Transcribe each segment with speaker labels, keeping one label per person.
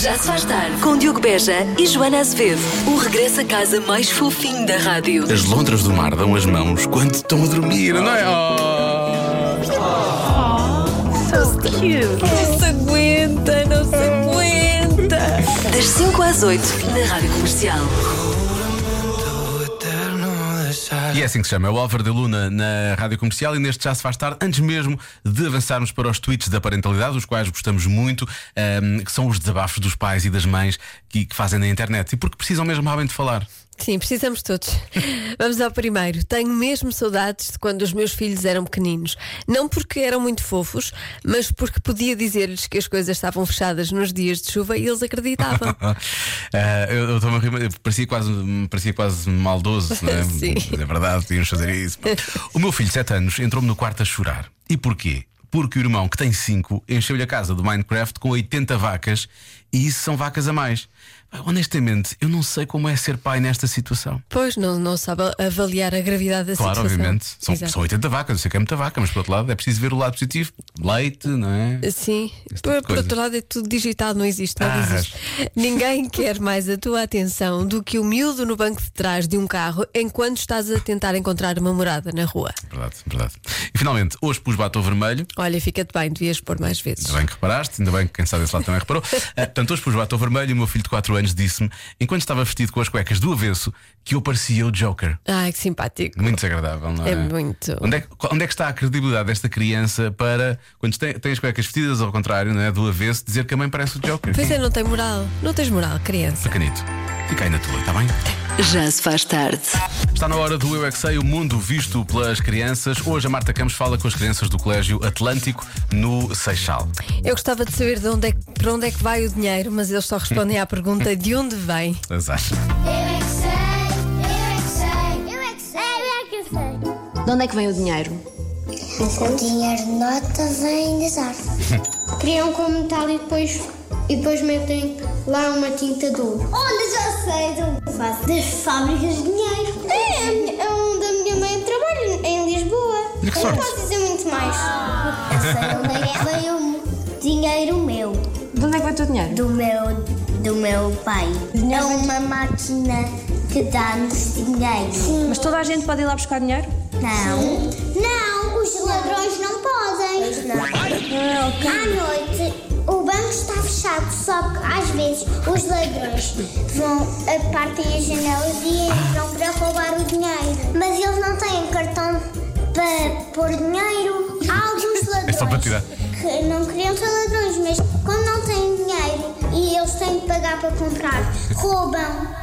Speaker 1: Já se faz tarde com Diogo Beja e Joana Azevedo. O regresso a casa mais fofinho da rádio.
Speaker 2: As lontras do mar dão as mãos quando estão a dormir, não é? Oh.
Speaker 1: Não se aguenta, não se aguenta. Das 5 às 8 na rádio comercial.
Speaker 2: E é assim que se chama, é o Álvaro de Luna na Rádio Comercial e neste já se faz tarde, antes mesmo de avançarmos para os tweets da parentalidade, os quais gostamos muito, ahm, que são os desabafos dos pais e das mães que, que fazem na internet e porque precisam mesmo realmente falar.
Speaker 3: Sim, precisamos todos. Vamos ao primeiro. Tenho mesmo saudades de quando os meus filhos eram pequeninos. Não porque eram muito fofos, mas porque podia dizer-lhes que as coisas estavam fechadas nos dias de chuva e eles acreditavam.
Speaker 2: Ah, eu eu estou-me a rir, mas parecia quase, parecia quase maldoso, não é?
Speaker 3: Sim.
Speaker 2: Mas é verdade, podíamos fazer isso. pá. O meu filho, 7 anos, entrou-me no quarto a chorar. E porquê? Porque o irmão que tem 5 encheu-lhe a casa do Minecraft com 80 vacas e isso são vacas a mais. Pá, Honestamente, eu não sei como é ser pai nesta situação.
Speaker 3: Pois não, não sabe avaliar a gravidade da
Speaker 2: Claro,
Speaker 3: situação.
Speaker 2: obviamente. São,
Speaker 3: Exato.
Speaker 2: são 80 vacas, eu sei que é muita vaca, mas por outro lado é preciso ver o lado positivo. Leite, não é?
Speaker 3: Sim,
Speaker 2: Esse tipo de
Speaker 3: por, por
Speaker 2: coisas.
Speaker 3: outro lado é tudo digital, não existe, nada
Speaker 2: Ah,
Speaker 3: existe. Ninguém quer mais a tua atenção do que o miúdo no banco de trás de um carro enquanto estás a tentar encontrar uma morada na rua.
Speaker 2: Verdade, verdade. E finalmente, hoje pus batom vermelho.
Speaker 3: Olha, fica-te bem, devias pôr mais vezes.
Speaker 2: Ainda bem que reparaste, ainda bem que quem sabe desse lado também reparou. Ah, Portanto, hoje pus o batom vermelho e o meu filho de 4 anos disse-me, enquanto estava vestido com as cuecas do avesso, que eu parecia o Joker.
Speaker 3: Ai, que simpático.
Speaker 2: Muito desagradável, não é?
Speaker 3: É muito.
Speaker 2: Onde é, que- onde é que está a credibilidade desta criança para, quando tem, tem as cuecas vestidas ao contrário, não é? Do avesso, dizer que a mãe parece o Joker?
Speaker 3: Pois é, não tem moral. Não tens moral, criança.
Speaker 2: Pequenito. Fica aí na tua, está bem?
Speaker 1: Já se faz tarde.
Speaker 2: Está na hora do Eu é Que Sei, o mundo visto pelas crianças. Hoje a Marta Campos fala com as crianças do Colégio Atlântico no Seixal.
Speaker 3: Eu gostava de saber de onde é que- para onde é que vai o dinheiro, mas eles só respondem à pergunta de onde vem.
Speaker 2: Azar.
Speaker 4: Eu é que sei, eu é que sei, eu é que sei, eu é que sei.
Speaker 5: De onde é que vem o dinheiro?
Speaker 4: O dinheiro de nota vem das árvores. Criam com um metal e depois, e depois metem lá uma tinta de ouro. Olha, já sei de onde faço das fábricas de dinheiro. É, a minha- é onde a minha mãe trabalha, em Lisboa.
Speaker 2: Olha que
Speaker 4: Eu não
Speaker 2: sorte.
Speaker 4: posso dizer muito mais. Eu sei onde é que vem o dinheiro meu.
Speaker 5: De onde é que vem o teu dinheiro?
Speaker 4: do meu, do meu pai. É uma máquina que dá-nos dinheiro. Sim.
Speaker 5: Mas toda a gente pode ir lá buscar dinheiro?
Speaker 4: Não. Não, os ladrões não podem.
Speaker 5: Ah, ok.
Speaker 4: À noite, o banco está fechado, só que às vezes os ladrões vão, partem as janelas e entram para roubar o dinheiro. Mas eles não têm cartão para pôr dinheiro. Há alguns ladrões
Speaker 2: É só para tirar.
Speaker 4: que não queriam ser ladrões, mas quando não têm dinheiro e eles têm de pagar para comprar, roubam.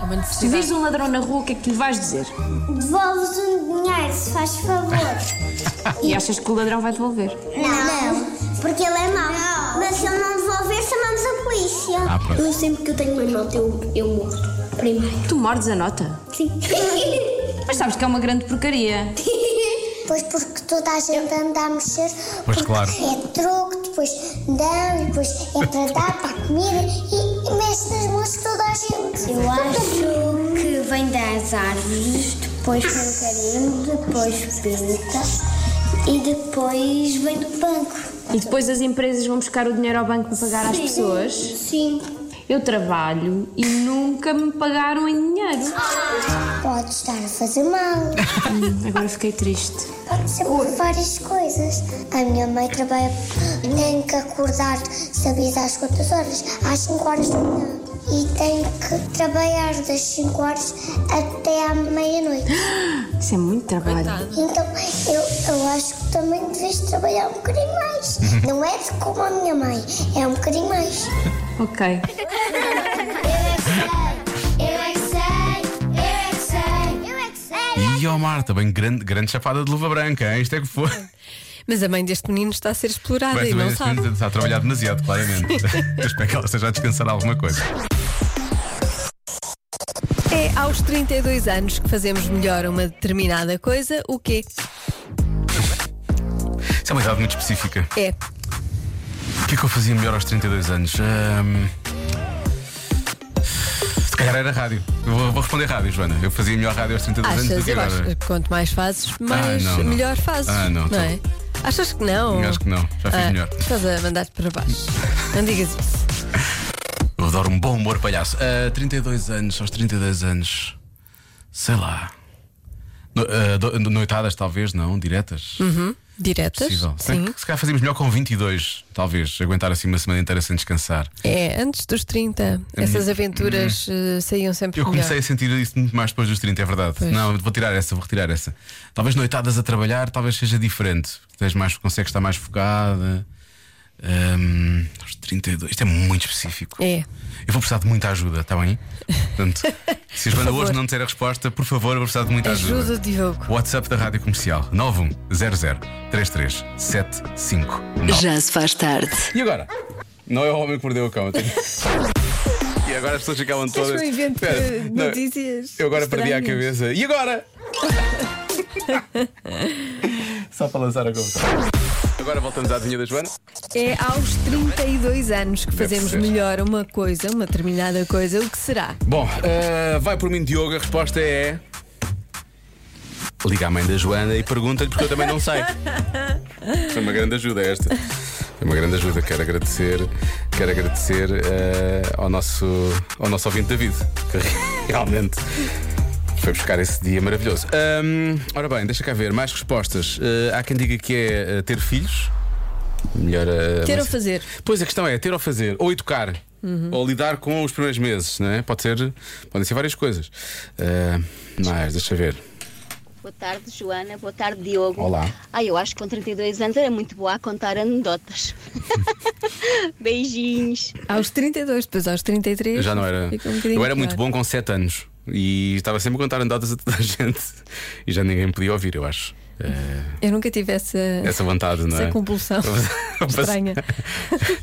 Speaker 3: É uma
Speaker 5: Se
Speaker 3: necessidade.
Speaker 5: vires um ladrão na rua, o que é que lhe vais dizer?
Speaker 4: Devolves o dinheiro, se faz favor.
Speaker 5: E achas que o ladrão vai devolver?
Speaker 4: Não. porque ele é mau. Mas se ele não devolver, chamamos a polícia.
Speaker 2: Ah, pronto.
Speaker 4: eu sempre que eu tenho uma nota, eu, eu morro. Primeiro.
Speaker 5: Tu mordes a nota?
Speaker 4: Sim.
Speaker 5: Mas sabes que é uma grande porcaria.
Speaker 4: Pois porque toda a gente anda a mexer.
Speaker 2: Pois
Speaker 4: porque
Speaker 2: claro.
Speaker 4: É troco, depois dão, depois é para dar, para a comida e, e mexe nas mãos de toda a gente. Eu acho que vem das árvores, depois com carinho, depois pinta e depois vem do banco.
Speaker 5: E depois as empresas vão buscar o dinheiro ao banco para pagar às pessoas.
Speaker 4: Sim.
Speaker 5: Eu trabalho e nunca me pagaram em dinheiro.
Speaker 4: Pode estar a fazer mal.
Speaker 5: Agora fiquei triste.
Speaker 4: Pode ser por várias coisas. A minha mãe trabalha, tem que acordar, sabes, às quantas horas? Às 5 horas da manhã. E tem que trabalhar das 5 horas até à meia-noite.
Speaker 5: Isso é muito trabalho.
Speaker 4: Então, eu, eu acho que também deves trabalhar um bocadinho mais. Não é de como a minha mãe, é um bocadinho mais.
Speaker 5: Ok.
Speaker 4: Eu é que sei, eu é que sei, eu é que sei.
Speaker 2: E ó Marta, bem grande, grande chapada de luva branca, hein? isto é que foi.
Speaker 3: Mas a mãe deste menino está a ser explorada
Speaker 2: Bem,
Speaker 3: e
Speaker 2: também
Speaker 3: não
Speaker 2: este
Speaker 3: sabe.
Speaker 2: menino está a trabalhar demasiado, claramente. Eu espero que ela esteja a descansar alguma coisa.
Speaker 3: É aos 32 anos que fazemos melhor uma determinada coisa, o quê?
Speaker 2: Isso é uma idade muito específica.
Speaker 3: É.
Speaker 2: O que é que eu fazia melhor aos 32 anos? Ahm, Se calhar era rádio. Eu vou, vou responder rádio, Joana. Eu fazia melhor rádio aos 32 anos do
Speaker 3: Achas?
Speaker 2: que
Speaker 3: Eu
Speaker 2: agora.
Speaker 3: acho que quanto mais fazes, mais
Speaker 2: não, não.
Speaker 3: melhor fazes.
Speaker 2: Ah, não, tô-
Speaker 3: é? Achas que não? Ah,
Speaker 2: Acho que não, já fiz melhor.
Speaker 3: Estás a mandar-te para baixo. Não digas isso.
Speaker 2: Houve Adoro um bom humor palhaço. Ah, 32 anos, aos 32 anos. Sei lá. No- ah, do- noitadas, talvez, não? Diretas?
Speaker 3: Uhum. Diretas?
Speaker 2: Possível. Se bem
Speaker 3: Sim.
Speaker 2: que Se calhar fazíamos melhor com 22, talvez. Aguentar assim uma semana inteira sem descansar.
Speaker 3: É, antes dos 30, essas aventuras eh, saíam sempre
Speaker 2: Uhum. Eu
Speaker 3: melhor.
Speaker 2: comecei a sentir isso muito mais depois dos 30, é verdade.
Speaker 3: Pois.
Speaker 2: Não, vou tirar essa, vou retirar essa. Talvez noitadas a trabalhar, talvez seja diferente. Tens mais, consegues estar mais focada. Ahm, aos 32, isto é muito específico.
Speaker 3: É.
Speaker 2: Eu vou precisar de muita ajuda, está bem? Portanto, se a Joana
Speaker 3: favor.
Speaker 2: hoje não disser a resposta, por favor, eu vou precisar de muita ajuda.
Speaker 3: Ajuda, Diogo.
Speaker 2: WhatsApp da Rádio Comercial 910033759.
Speaker 1: Já se faz tarde.
Speaker 2: E agora? Não é o homem que mordeu a cama. tenho- e agora as pessoas ficavam
Speaker 3: Tens
Speaker 2: todas.
Speaker 3: um evento
Speaker 2: Espera,
Speaker 3: de
Speaker 2: não,
Speaker 3: notícias.
Speaker 2: eu agora perdi a
Speaker 3: estranhas.
Speaker 2: cabeça. E agora? Só para lançar a conversa. Agora voltamos à adivinha da Joana.
Speaker 3: É aos 32 anos que fazemos
Speaker 2: ser.
Speaker 3: melhor uma coisa, uma determinada coisa. O que será?
Speaker 2: Bom, ah, vai por mim, Diogo. A resposta é. Liga à mãe da Joana e pergunta-lhe, porque eu também não sei. Foi uma grande ajuda esta. Foi uma grande ajuda. Quero agradecer, quero agradecer ah, ao, nosso, ao nosso ouvinte David, que realmente foi buscar esse dia maravilhoso. Ahm, ora bem, deixa cá ver mais respostas. Ah, há quem diga que é ah, ter filhos. Melhor ah,
Speaker 3: Ter
Speaker 2: não
Speaker 3: ou
Speaker 2: sei.
Speaker 3: fazer? Uhum.
Speaker 2: Pois a questão é ter ou fazer, ou educar, ou lidar com os primeiros meses, não é? Pode ser, podem ser várias coisas. Ah, mas deixa ver.
Speaker 6: Boa tarde, Joana. Boa tarde, Diogo.
Speaker 2: Olá.
Speaker 6: Ah, eu acho que com 32 anos era muito boa a contar anedotas. Beijinhos.
Speaker 3: Aos 32, depois aos 33.
Speaker 2: Eu já não era.
Speaker 3: fica um bocadinho
Speaker 2: eu era muito
Speaker 3: pior.
Speaker 2: bom com 7 anos e estava sempre a contar anedotas a toda a gente e já ninguém me podia ouvir, eu acho. Ah,
Speaker 3: Eu nunca tive essa,
Speaker 2: essa vontade, não
Speaker 3: essa
Speaker 2: é?
Speaker 3: compulsão
Speaker 2: Pass-
Speaker 3: estranha.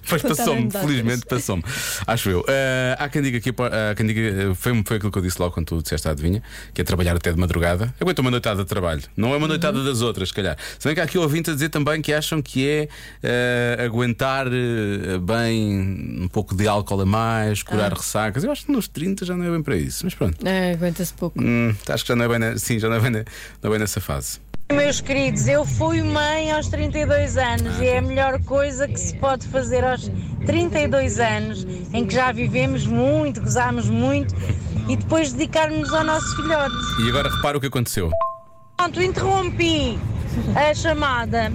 Speaker 2: Depois
Speaker 3: Contar
Speaker 2: passou-me,
Speaker 3: anedotas.
Speaker 2: felizmente passou-me. Acho eu. Ah, há quem diga que há quem diga, eh, foi, foi aquilo que eu disse logo quando tu disseste a adivinha, que é trabalhar até de madrugada. Aguenta uma noitada de trabalho. Não é uma noitada
Speaker 3: Uhum.
Speaker 2: das outras, se calhar. Se bem que há aqui ouvintes a dizer também que acham que é ah, aguentar ah, bem um pouco de álcool a mais, curar ressacas. Eu acho que nos 30 já não é bem para isso, mas pronto.
Speaker 3: Ah, Aguenta-se pouco.
Speaker 2: Hum, acho que já não é bem, na- sim, já não é bem, na- não é bem nessa fase.
Speaker 7: Meus queridos, eu fui mãe aos 32 anos e é a melhor coisa que se pode fazer aos 32 anos, em que já vivemos muito, gozámos muito e depois dedicarmos ao nosso filhote.
Speaker 2: E agora repara o que aconteceu.
Speaker 7: Pronto, interrompi a chamada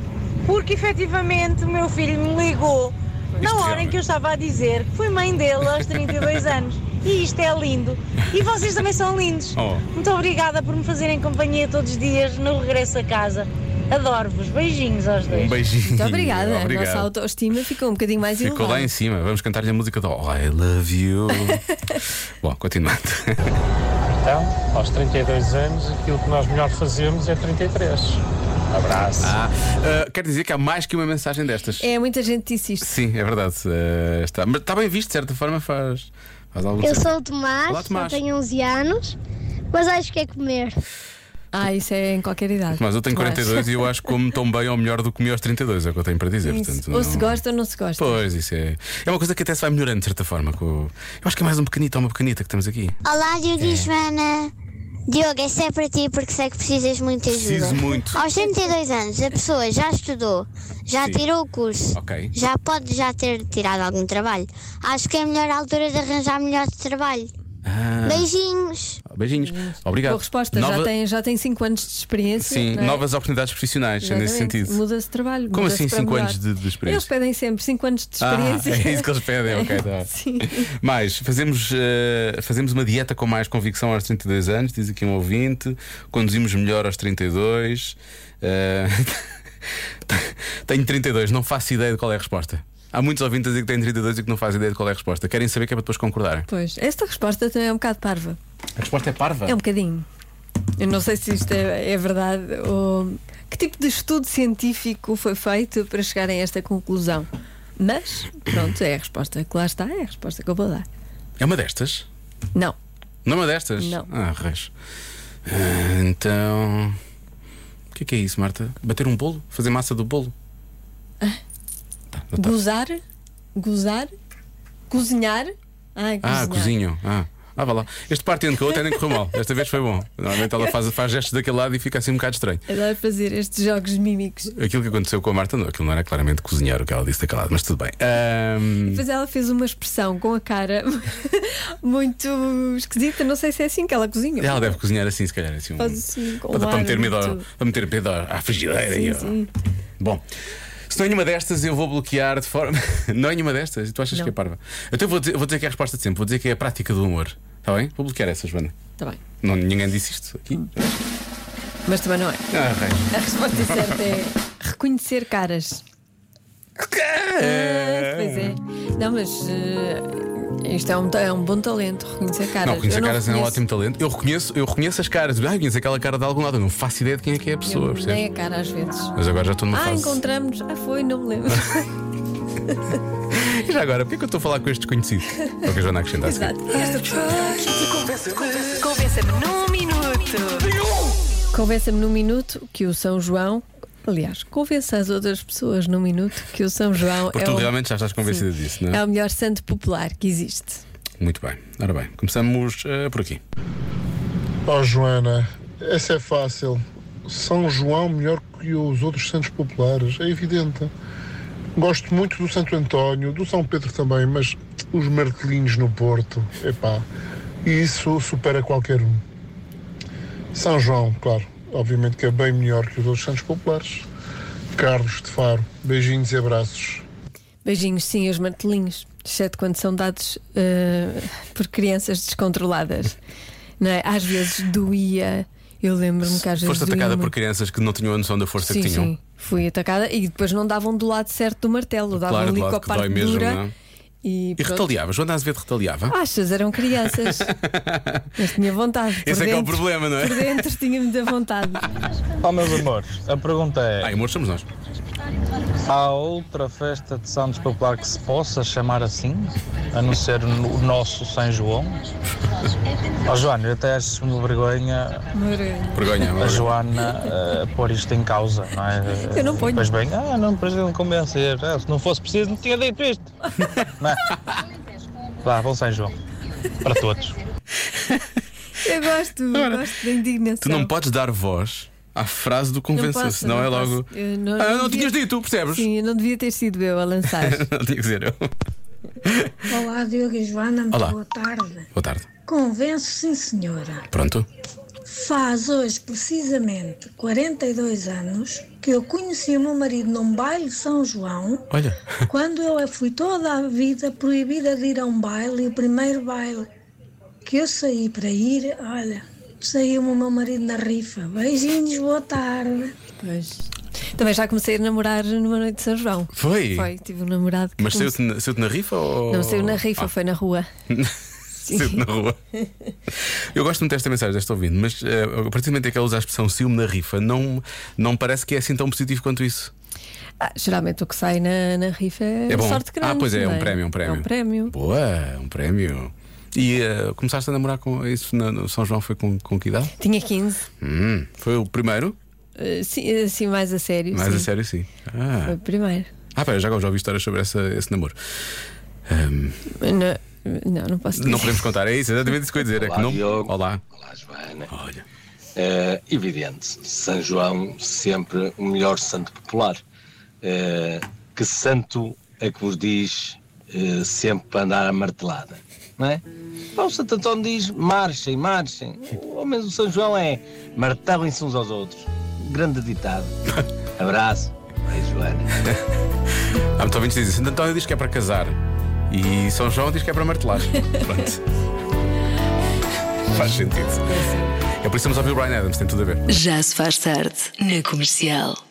Speaker 7: porque efetivamente o meu filho me ligou na
Speaker 2: Isto é
Speaker 7: hora em
Speaker 2: realmente.
Speaker 7: que eu estava a dizer que fui mãe dele aos 32 anos. E isto é lindo. E vocês também são lindos.
Speaker 2: Oh.
Speaker 7: Muito obrigada por me fazerem companhia todos os dias no regresso a casa. Adoro-vos. Beijinhos aos dois.
Speaker 2: Um beijinho.
Speaker 3: Muito obrigada. A
Speaker 2: Obrigado.
Speaker 3: nossa autoestima ficou um bocadinho mais
Speaker 2: Ficou lá
Speaker 3: elevada.
Speaker 2: em cima. Vamos cantar-lhe a música do Oh, I Love You. Bom, continuando.
Speaker 8: Então, aos 32 anos, aquilo que nós melhor fazemos é 33. Abraço.
Speaker 2: Ah, ah, quero dizer que há mais que uma mensagem destas.
Speaker 3: É, muita gente disse isto.
Speaker 2: Sim, é verdade. Ah, está, mas está bem visto, de certa forma, faz, faz algum
Speaker 9: Eu
Speaker 2: sentido.
Speaker 9: sou o Tomás,
Speaker 2: Olá, Tomás.
Speaker 9: eu tenho 11 anos, mas acho que é comer.
Speaker 3: Ah, isso é em qualquer idade.
Speaker 2: Mas eu tenho
Speaker 3: Claro.
Speaker 2: 42 e eu acho que como tão bem ou melhor do que comi aos 32, é o que eu tenho para dizer.
Speaker 3: Isso.
Speaker 2: Portanto,
Speaker 3: Ou
Speaker 2: não-
Speaker 3: se gosta ou não se gosta.
Speaker 2: Pois, isso é. É uma coisa que até se vai melhorando, de certa forma. com- Eu acho que é mais um pequenito ou uma pequenita que temos aqui.
Speaker 9: Olá, Diogo e Joana. Diogo, essa é para ti porque sei que precisas muito de ajuda.
Speaker 2: Preciso muito.
Speaker 9: Aos 32 anos, a pessoa já estudou, já tirou o curso,
Speaker 2: Ok.
Speaker 9: já pode já ter tirado algum trabalho. Acho que é a melhor altura de arranjar melhor trabalho.
Speaker 2: Ah,
Speaker 9: Beijinhos!
Speaker 2: beijinhos. Obrigado.
Speaker 3: Boa resposta. Já
Speaker 2: Nova-
Speaker 3: tem 5 já tem cinco anos de experiência.
Speaker 2: Sim,
Speaker 3: não é?
Speaker 2: novas oportunidades profissionais, é
Speaker 3: Exatamente.
Speaker 2: nesse sentido.
Speaker 3: Muda-se de trabalho.
Speaker 2: Como
Speaker 3: muda-se
Speaker 2: assim
Speaker 3: para
Speaker 2: cinco
Speaker 3: melhor.
Speaker 2: anos de- de experiência?
Speaker 3: Eles pedem sempre 5 anos de experiência.
Speaker 2: Ah, é isso que eles pedem, ok. Tá. bem.
Speaker 3: Sim.
Speaker 2: Mais, fazemos, eh, fazemos uma dieta com mais convicção aos 32 anos, diz aqui um ouvinte. Conduzimos melhor aos 32. eh, tenho 32, não faço ideia de qual é a resposta. Há muitos ouvintes a dizer que têm 32 e que não fazem ideia de qual é a resposta. Querem saber que é para depois concordarem.
Speaker 3: Pois, esta resposta também é um bocado parva.
Speaker 2: A resposta é parva.
Speaker 3: É um bocadinho. Eu não sei se isto é, é verdade ou. Que tipo de estudo científico foi feito para chegar a esta conclusão? Mas, pronto, é a resposta que lá está, é a resposta que eu vou dar.
Speaker 2: É uma destas?
Speaker 3: Não.
Speaker 2: Não é uma destas?
Speaker 3: Não.
Speaker 2: Ah, reis. Ah, então. O que é que é isso, Marta? Bater um bolo? Fazer massa do bolo? Tá, não tá.
Speaker 3: Gozar, gozar, cozinhar. Ai,
Speaker 2: Ah,
Speaker 3: cozinhar.
Speaker 2: cozinho. Ah. Ah, vá lá. Este partendo que eu até nem correu mal. Desta vez foi bom. Normalmente ela faz, faz gestos daquele lado e fica assim um bocado estranho.
Speaker 3: Adoro fazer estes jogos mímicos.
Speaker 2: Aquilo que aconteceu com a Marta, não, aquilo não era claramente cozinhar o que ela disse daquele lado, mas tudo bem. Ahm,
Speaker 3: Depois ela fez uma expressão com a cara muito esquisita. Não sei se é assim que ela cozinha.
Speaker 2: ela deve cozinhar assim, se calhar. Assim, um-
Speaker 3: Faz assim, com
Speaker 2: para,
Speaker 3: um
Speaker 2: para
Speaker 3: ar
Speaker 2: meter medo, ao-
Speaker 3: muito-
Speaker 2: para meter medo à frigideira. e
Speaker 3: Sim,
Speaker 2: ao-
Speaker 3: sim.
Speaker 2: Bom, se não é nenhuma destas, eu vou bloquear de forma. não é nenhuma destas? Tu achas
Speaker 3: Não.
Speaker 2: que é parva? Então eu vou dizer, vou dizer que é a resposta de sempre, vou dizer que é a prática do humor. Está bem? Vou bloquear essa, Joana.
Speaker 3: Está Tá bem.
Speaker 2: Não, ninguém disse isto aqui.
Speaker 3: Mas também não é.
Speaker 2: Ah, raios.
Speaker 3: A resposta certa é reconhecer caras. Ah, pois é. Não, mas eh, isto é um, é um bom talento, reconhecer caras.
Speaker 2: Não, reconhecer
Speaker 3: Eu não
Speaker 2: caras é um
Speaker 3: reconheço
Speaker 2: ótimo talento. Eu reconheço, eu reconheço as caras. Ah, conheço aquela cara de algum lado. Eu não faço ideia de quem é que é a pessoa, percebes?
Speaker 3: Nem a cara às vezes.
Speaker 2: Mas agora já estou numa
Speaker 3: Ah,
Speaker 2: fase.
Speaker 3: encontramos. Ah, foi, não me lembro.
Speaker 2: E já agora, porquê é que eu estou a falar com este desconhecido? É o que a Joana acrescenta a seguir.
Speaker 3: Exato. Esta pessoa.
Speaker 1: Convença-me num minuto.
Speaker 3: Convença-me num minuto que o São João. Aliás, convença as outras pessoas num minuto que o São João
Speaker 2: Porque
Speaker 3: é,
Speaker 2: tu
Speaker 3: o,
Speaker 2: realmente já estás convencida disso, não é?
Speaker 3: é o melhor santo popular que existe.
Speaker 2: Muito bem. Ora bem, começamos eh, por aqui.
Speaker 10: Oh Joana, essa é fácil. São João melhor que os outros santos populares, é evidente. Gosto muito do Santo António, do São Pedro também, mas os martelinhos no Porto, epá, isso supera qualquer um. São João, claro, obviamente que é bem melhor que os outros santos populares. Carlos de Faro, beijinhos e abraços.
Speaker 3: Beijinhos, sim, os martelinhos, exceto quando são dados eh, por crianças descontroladas. Não é? Às vezes doía. Eu lembro-me que às vezes.
Speaker 2: Foste
Speaker 3: doía
Speaker 2: atacada por
Speaker 3: muito.
Speaker 2: crianças que não tinham a noção da força
Speaker 3: sim,
Speaker 2: que tinham.
Speaker 3: Sim, fui atacada e depois não davam do lado certo do martelo, davam
Speaker 2: Claro, do
Speaker 3: ali
Speaker 2: lado
Speaker 3: com a
Speaker 2: que dói
Speaker 3: parte
Speaker 2: mesmo,
Speaker 3: dura.
Speaker 2: não é?
Speaker 3: E,
Speaker 2: E
Speaker 3: pronto.
Speaker 2: retaliava. Joana Azevedo retaliava.
Speaker 3: Achas, eram crianças. Mas tinha vontade. por
Speaker 2: Esse é que é o
Speaker 3: dentro-
Speaker 2: problema, não é?
Speaker 3: Por dentro tinha muita vontade.
Speaker 8: Oh, meus amores, a pergunta
Speaker 2: Ah,
Speaker 8: é:
Speaker 2: amor, somos nós.
Speaker 8: há outra festa de Santos Popular que se possa chamar assim? A não ser o nosso São João? Ó Joana, eu até acho uma vergonha
Speaker 3: Morena.
Speaker 2: Vergonha.
Speaker 8: a
Speaker 2: mas-
Speaker 8: Joana eh, pôr isto em causa, não é?
Speaker 3: Eu não ponho.
Speaker 8: Pois bem, ah, não precisa de convencer. Ah, se não fosse preciso, não tinha dito isto. não é? Vá, bom São João. Para todos.
Speaker 3: Eu gosto, eu gosto da indignação.
Speaker 2: Tu não podes dar voz à frase do convencer,
Speaker 3: posso,
Speaker 2: senão
Speaker 3: não
Speaker 2: é
Speaker 3: posso.
Speaker 2: logo.
Speaker 3: Eu não-
Speaker 2: ah,
Speaker 3: não
Speaker 2: não
Speaker 3: devia-
Speaker 2: tinhas dito, percebes?
Speaker 3: Sim, não devia ter sido eu a lançar.
Speaker 2: não tinha que dizer eu.
Speaker 11: Olá, Diogo e Joana, muito
Speaker 2: Olá.
Speaker 11: boa tarde.
Speaker 2: Boa tarde.
Speaker 11: Convenço, sim, senhora.
Speaker 2: Pronto.
Speaker 11: Faz hoje precisamente 42 anos que eu conheci o meu marido num baile de São João,
Speaker 2: Olha.
Speaker 11: quando eu fui toda a vida proibida de ir a um baile, e o primeiro baile que eu saí para ir, olha, saiu-me o meu marido na rifa. Beijinhos, boa tarde.
Speaker 3: Pois. Também já comecei a namorar numa noite de São João.
Speaker 2: Foi?
Speaker 3: Foi, tive um namorado que.
Speaker 2: Mas
Speaker 3: comece-
Speaker 2: saiu-te na, saiu-te na rifa ou.
Speaker 3: Não saiu na rifa,
Speaker 2: Ah.
Speaker 3: foi na rua.
Speaker 2: Saiu-te na rua. Eu gosto muito desta mensagem, desta ouvindo, mas eh, a partir do momento em que ela usa a expressão ciúme na rifa, não, não parece que é assim tão positivo quanto isso.
Speaker 3: Ah, geralmente o que sai na, na rifa é,
Speaker 2: É bom.
Speaker 3: sorte grande.
Speaker 2: ah, pois é, é
Speaker 3: não
Speaker 2: um prémio, um prémio.
Speaker 3: É um prémio.
Speaker 2: Boa, um prémio. E eh, começaste a namorar com isso na- no São João foi com, com que idade?
Speaker 3: Tinha 15.
Speaker 2: Hum, foi o primeiro?
Speaker 3: Eh, sim, assim, mais a sério.
Speaker 2: Mais a
Speaker 3: sim.
Speaker 2: sério, sim.
Speaker 3: Foi
Speaker 2: Ah,
Speaker 3: o primeiro.
Speaker 2: ah pera, já, já ouvi histórias sobre essa- esse namoro. Ahm,
Speaker 3: Não, não, não posso dizer.
Speaker 2: não podemos contar, é isso, exatamente isso que eu ia dizer. é
Speaker 12: Olá,
Speaker 2: que não...
Speaker 12: Diogo.
Speaker 2: Olá.
Speaker 12: Olá, Joana.
Speaker 2: Olha.
Speaker 12: É evidente, São João sempre o melhor santo popular. É, que santo é que vos diz é, sempre para andar à martelada? Não é? Lá O Santo António diz marchem, marchem. Ou mesmo São João é martelem-se uns aos outros. Grande ditado. Abraço. Beijo, Joana.
Speaker 2: Há muito ouvintes que dizem Santo António diz que é para casar e São João diz que é para martelar. Pronto. Faz sentido. É por isso que estamos a ouvir o Brian Adams, tem tudo a ver.
Speaker 1: Já se faz tarde na comercial.